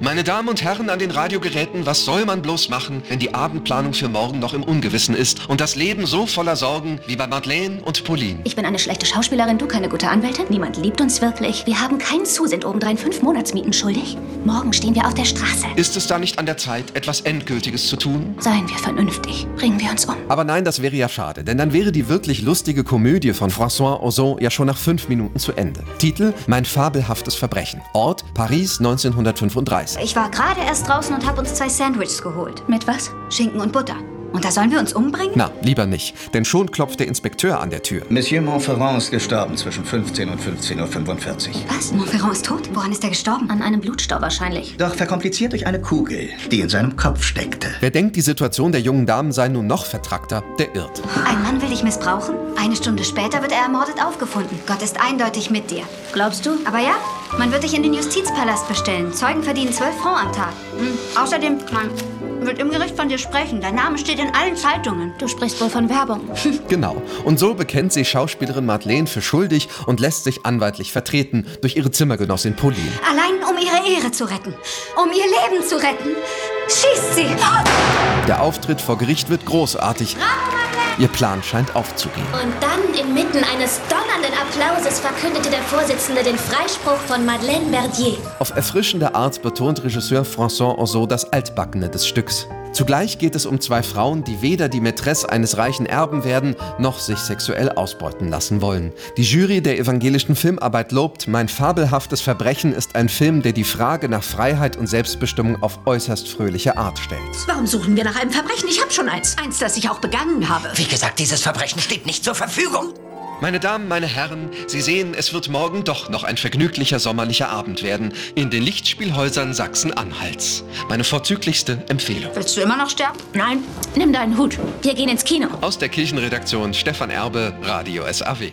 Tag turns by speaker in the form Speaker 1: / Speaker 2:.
Speaker 1: Meine Damen und Herren an den Radiogeräten, was soll man bloß machen, wenn die Abendplanung für morgen noch im Ungewissen ist und das Leben so voller Sorgen wie bei Madeleine und Pauline?
Speaker 2: Ich bin eine schlechte Schauspielerin, du keine gute Anwältin. Niemand liebt uns wirklich. Wir haben keinen Zu, sind obendrein fünf Monatsmieten schuldig. Morgen stehen wir auf der Straße.
Speaker 1: Ist es da nicht an der Zeit, etwas Endgültiges zu tun?
Speaker 2: Seien wir vernünftig. Bringen wir uns um.
Speaker 1: Aber nein, das wäre ja schade, denn dann wäre die wirklich lustige Komödie von François Ozon ja schon nach fünf Minuten zu Ende. Titel: Mein fabelhaftes Verbrechen. Ort: Paris 1935.
Speaker 2: Ich war gerade erst draußen und habe uns zwei Sandwiches geholt. Mit was? Schinken und Butter. Und da sollen wir uns umbringen?
Speaker 1: Na, lieber nicht, denn schon klopft der Inspekteur an der Tür.
Speaker 3: Monsieur Montferrand ist gestorben zwischen 15 und 15.45 Uhr.
Speaker 2: Was? Montferrand ist tot? Woran ist er gestorben? An einem Blutstau wahrscheinlich.
Speaker 3: Doch verkompliziert durch eine Kugel, die in seinem Kopf steckte.
Speaker 1: Wer denkt, die Situation der jungen Damen sei nun noch vertrackter, der irrt.
Speaker 2: Ein Mann will dich missbrauchen? Eine Stunde später wird er ermordet aufgefunden. Gott ist eindeutig mit dir. Glaubst du? Aber ja, man wird dich in den Justizpalast bestellen. Zeugen verdienen 12 Francs am Tag. Hm. Außerdem, man wird im Gericht von dir sprechen. Dein Name steht in allen Zeitungen. Du sprichst wohl von Werbung.
Speaker 1: Genau. Und so bekennt sich Schauspielerin Madeleine für schuldig und lässt sich anwaltlich vertreten durch ihre Zimmergenossin Pauline.
Speaker 2: Allein um ihre Ehre zu retten. Um ihr Leben zu retten. Schießt sie!
Speaker 1: Der Auftritt vor Gericht wird großartig. Ihr Plan scheint aufzugehen.
Speaker 4: Und dann inmitten eines donnernden Applauses verkündete der Vorsitzende den Freispruch von Madeleine Berdier.
Speaker 1: Auf erfrischende Art betont Regisseur François Ozot das Altbackene des Stücks. Zugleich geht es um zwei Frauen, die weder die Mätresse eines reichen Erben werden, noch sich sexuell ausbeuten lassen wollen. Die Jury der evangelischen Filmarbeit lobt, Mein fabelhaftes Verbrechen ist ein Film, der die Frage nach Freiheit und Selbstbestimmung auf äußerst fröhliche Art stellt.
Speaker 5: Warum suchen wir nach einem Verbrechen? Ich habe schon eins. Eins, das ich auch begangen habe.
Speaker 6: Wie gesagt, dieses Verbrechen steht nicht zur Verfügung.
Speaker 1: Meine Damen, meine Herren, Sie sehen, es wird morgen doch noch ein vergnüglicher sommerlicher Abend werden in den Lichtspielhäusern Sachsen-Anhalts. Meine vorzüglichste Empfehlung.
Speaker 2: Willst du immer noch sterben?
Speaker 4: Nein, nimm deinen Hut. Wir gehen ins Kino.
Speaker 1: Aus der Kirchenredaktion Stefan Erbe, Radio SAW.